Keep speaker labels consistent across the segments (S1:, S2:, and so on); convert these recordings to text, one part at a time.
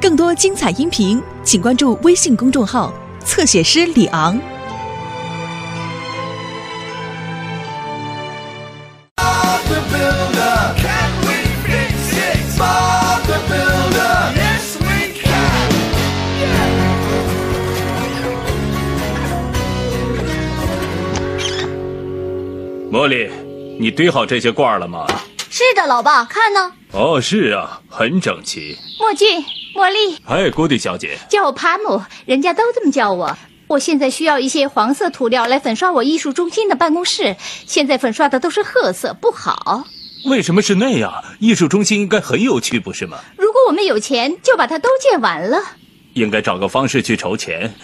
S1: 更多精彩音频，请关注微信公众号“侧写师李昂”。
S2: Bob the Builder. Can we fix it? Bob the Builder. Yes, we can.
S3: “茉莉，你堆好这些罐儿了吗
S4: 是的，老爸，看呢，？”
S3: 哦，是啊，很整齐。
S4: 墨镜、茉莉
S3: 哎，郭蒂小姐，
S4: 叫我帕姆，人家都这么叫我。我现在需要一些黄色涂料来粉刷我艺术中心的办公室，现在粉刷的都是褐色，不好。
S3: 为什么是那样？艺术中心应该很有趣，不是吗？
S4: 如果我们有钱，就把它都建完了。
S3: 应该找个方式去筹钱。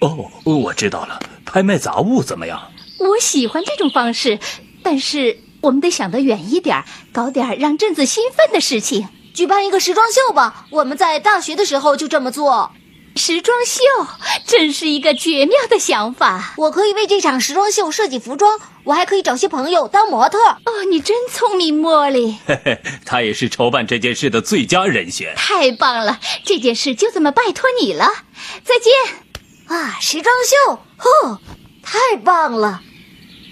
S3: 哦，我知道了，拍卖杂物怎么样？
S4: 我喜欢这种方式，但是我们得想得远一点儿，搞点儿让镇子兴奋的事情。
S5: 举办一个时装秀吧。我们在大学的时候就这么做。
S4: 时装秀真是一个绝妙的想法
S5: 我可以为这场时装秀设计服装，我还可以找些朋友当模特。
S4: 哦！你真聪明，茉莉，
S3: 嘿嘿，他也是筹办这件事的最佳人选。
S4: 太棒了！这件事就这么拜托你了，再见。
S5: 啊，时装秀，呵，太棒了！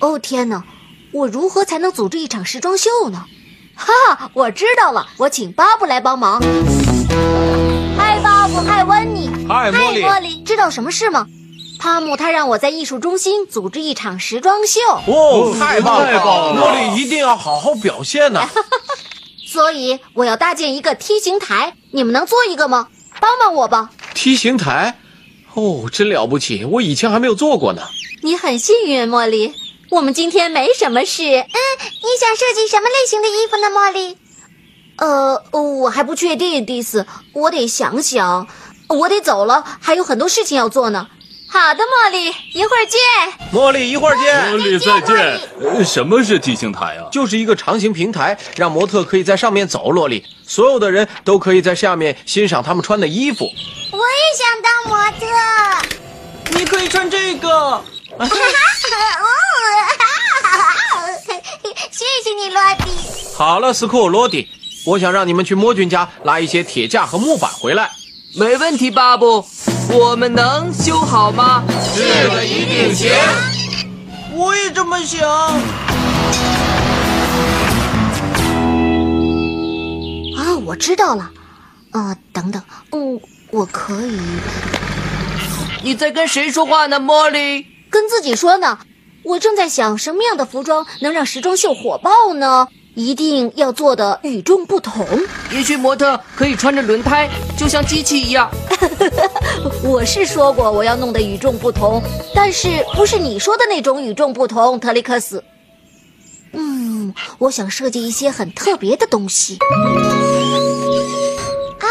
S5: 哦天哪，我如何才能组织一场时装秀呢？哈，我知道了，我请巴布来帮忙。嗨，巴布，嗨，温妮，
S6: 嗨茉莉
S5: 茉莉，知道什么事吗？帕姆他让我在艺术中心组织一场时装秀，
S6: 哦，太棒
S2: 太棒了
S6: 茉莉一定要好好表现呢、
S5: 所以我要搭建一个梯形台，你们能做一个吗？帮帮我吧！
S6: 梯形台，哦，真了不起，我以前还没有做过呢。
S5: 你很幸运，茉莉。我们今天没什么事。嗯，你想设计什么类型的衣服呢，茉莉？呃，我还不确定，迪斯，我得想想。我得走了，还有很多事情要做呢。
S4: 好的，茉莉，一会儿见。
S6: 茉莉，一会儿见。
S3: 莉，再见。呃什么是梯形台啊？
S6: 就是一个长形平台，让模特可以在上面走。萝莉，所有的人都可以在下面欣赏他们穿的衣服。
S5: 我也想当模特。
S7: 你可以穿这 个。
S5: 哦谢谢你，罗迪。
S6: 好了，斯库罗迪，我想让你们去摸君家拉一些铁架和木板回来。
S7: 没问题，巴布，我们能修好吗？
S6: 这个一定行。
S7: 我也这么想。
S5: 啊，我知道了。呃，等等，嗯，我可以
S7: 你在跟谁说话呢，茉莉？
S5: 跟自己说呢。我正在想什么样的服装能让时装秀火爆呢？一定要做的与众不同。
S7: 也许模特可以穿着轮胎，就像机器一样。
S5: 我是说过我要弄得与众不同，但是不是你说的那种与众不同，特里克斯。嗯，我想设计一些很特别的东西。
S8: 啊，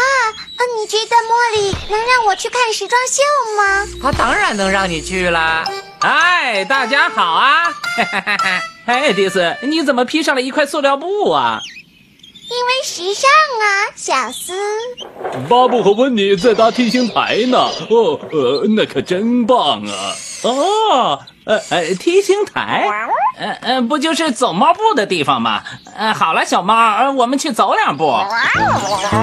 S8: 你觉得茉莉能让我去看时装秀吗？
S9: 他当然能让你去啦！哎，大家好啊！ 哎，迪斯，你怎么披上了一块塑料布啊？
S8: 因为时尚啊，小斯。
S3: 巴布和温妮在搭梯形台呢。哦，呃，那可真棒啊！
S9: 哦，呃呃，梯形台，呃呃，不就是走猫步的地方吗？呃，好了，小猫，呃，我们去走两步。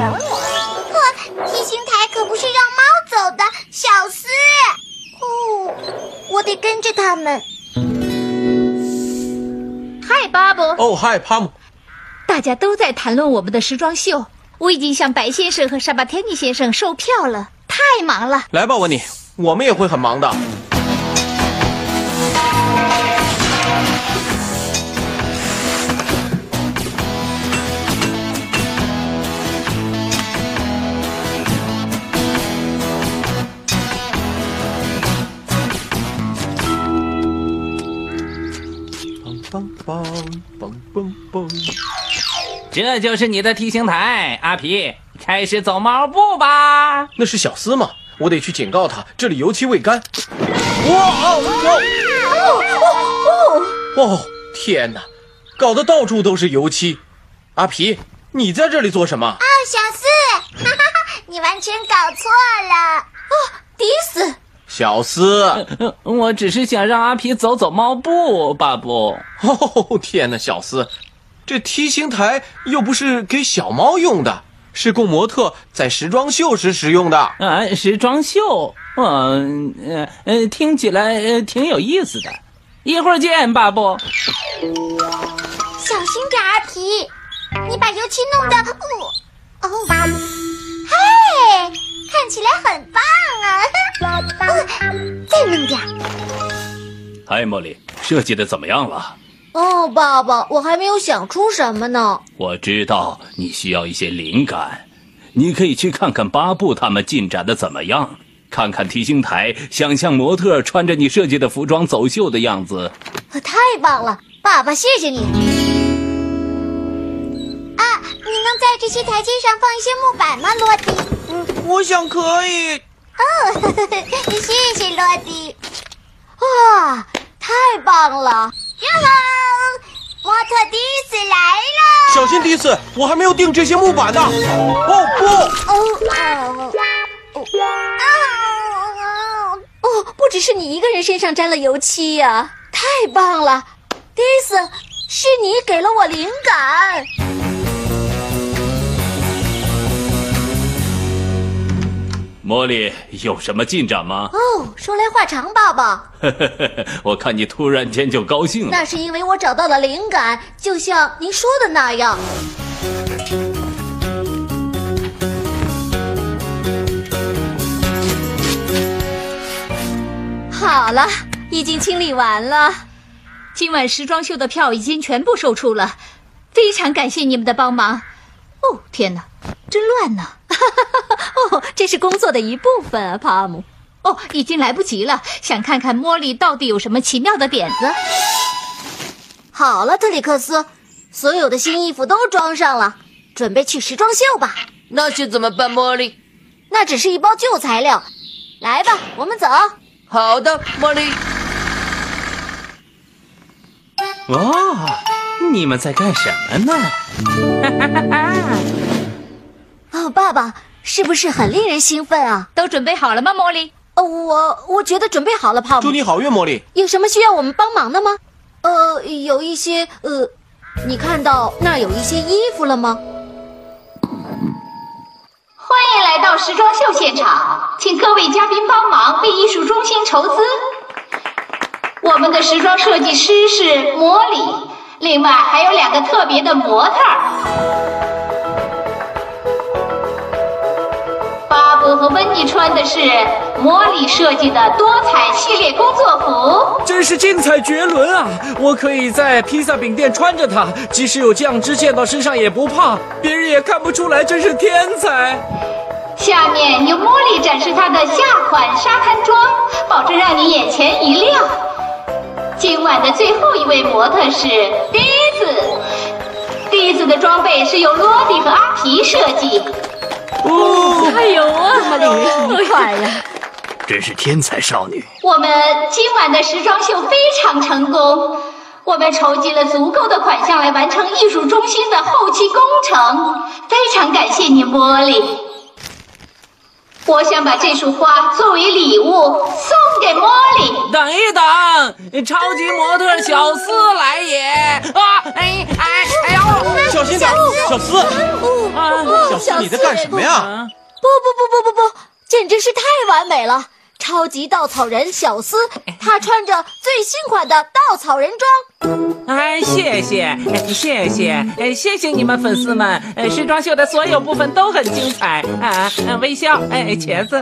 S8: 不，梯形台可不是让猫走的，小斯。哦，我得跟着他们。
S4: 嗨，巴布，
S6: 哦，嗨，帕姆，
S4: 大家都在谈论我们的时装秀，我已经向白先生和沙巴天尼先生售票了，太忙了。
S6: 来吧，温妮，我们也会很忙的。嘣嘣嘣嘣嘣！
S9: 这就是你的梯形台，阿皮，开始走猫步吧。
S6: 那是小厮嘛，我得去警告他，这里油漆未干。哇哦哦哦！天哪，搞得到处都是油漆。阿皮，你在这里做什么？
S8: 哦，小斯，哈哈哈， 你完全搞错了。哦
S5: 迪斯，
S6: 小厮。
S9: 呃我只是想让阿皮走走猫步，巴布。
S6: 哦天哪，小厮，这梯形台又不是给小猫用的，是供模特在时装秀时使用的。
S9: 啊，时装秀，嗯呃呃，听起来呃挺有意思的。一会儿见，巴布。
S8: 小心点儿，阿皮，你把油漆弄得哦哦，嘿，看起来很棒啊！ 哦再弄点儿，
S3: 嗨，茉莉，设计的怎么样了？
S5: 哦，爸爸，我还没有想出什么呢。
S3: 我知道你需要一些灵感，你可以去看看巴布他们进展的怎么样，看看提星台，想象模特穿着你设计的服装走秀的样子。
S5: 呃太棒了，爸爸，谢谢你。
S8: 你能在这些台阶上放一些木板吗，罗迪？
S7: 我想可以。
S8: 谢谢罗迪。
S5: 哇，太棒了！
S8: 哟吼，模特第一次来了。
S6: 小心迪斯，我还没有定这些木板呢。哦不，
S5: 哦哦
S8: 哦，
S5: 哦，不只是你一个人身上沾了油漆呀、太棒了！迪斯，是你给了我灵感。
S3: 茉莉有什么进展吗？
S5: 哦，说来话长，爸爸，
S3: 我看你突然间就高兴了。
S5: 那是因为我找到了灵感，就像您说的那样。好了，已经清理完了。
S4: 今晚时装秀的票已经全部售出了，非常感谢你们的帮忙。哦，天哪，真乱 呐！
S5: 哦，这是工作的一部分啊，帕姆。
S4: 哦，已经来不及了，想看看茉莉到底有什么奇妙的点子。
S5: 好了，特里克斯，所有的新衣服都装上了，准备去时装秀吧。
S7: 那些怎么办，茉莉？
S5: 那只是一包旧材料，来吧，我们走。
S7: 好的，茉莉。
S9: 哦，
S3: 啊
S9: 你们在干什么呢？
S5: 哦，爸爸，是不是很令人兴奋啊？
S4: 都准备好了吗，茉莉？
S5: 哦，我我觉得准备好了，帕
S6: 祝
S5: 姆。
S6: 你好运，茉莉。
S5: 有什么需要我们帮忙的吗？呃，有一些呃，你看到那儿有一些衣服了吗？
S4: 欢迎来到时装秀现场，请各位嘉宾帮忙为艺术中心筹资。我们的时装设计师是魔里，另外还有两个特别的模特儿。巴布和温妮穿的是魔里设计的多彩系列工作服。
S7: 真是精彩绝伦啊！我可以在披萨饼店穿着它，即使有酱汁溅到身上也不怕，别人也看不出来，真是天才！
S4: 下面由茉莉展示她的夏款沙滩装，保证让你眼前一亮。今晚的最后一位模特是迪子，迪子的装备是由罗迪和阿皮设计。
S9: 哦，
S10: 真是天才少女。
S4: 我们今晚的时装秀非常成功，我们筹集了足够的款项来完成艺术中心的后期工程，非常感谢你，茉莉。我想把这束花作为礼物送给茉莉。
S9: 等一等，超级模特小斯来也啊！哎哎哎呦！
S6: 小心点，小斯，
S9: 啊
S6: 哦小斯，你在干什么呀？
S5: 哦
S9: 啊！
S5: 不不不不不不，简直是太完美了！超级稻草人小斯，
S6: 哎
S5: 他穿着最新款的稻草人装。
S9: 哎，谢谢，谢谢，哎，谢谢你们粉丝嗯们！哎，时装秀的所有部分都很精彩啊！啊微笑，哎，茄子，哎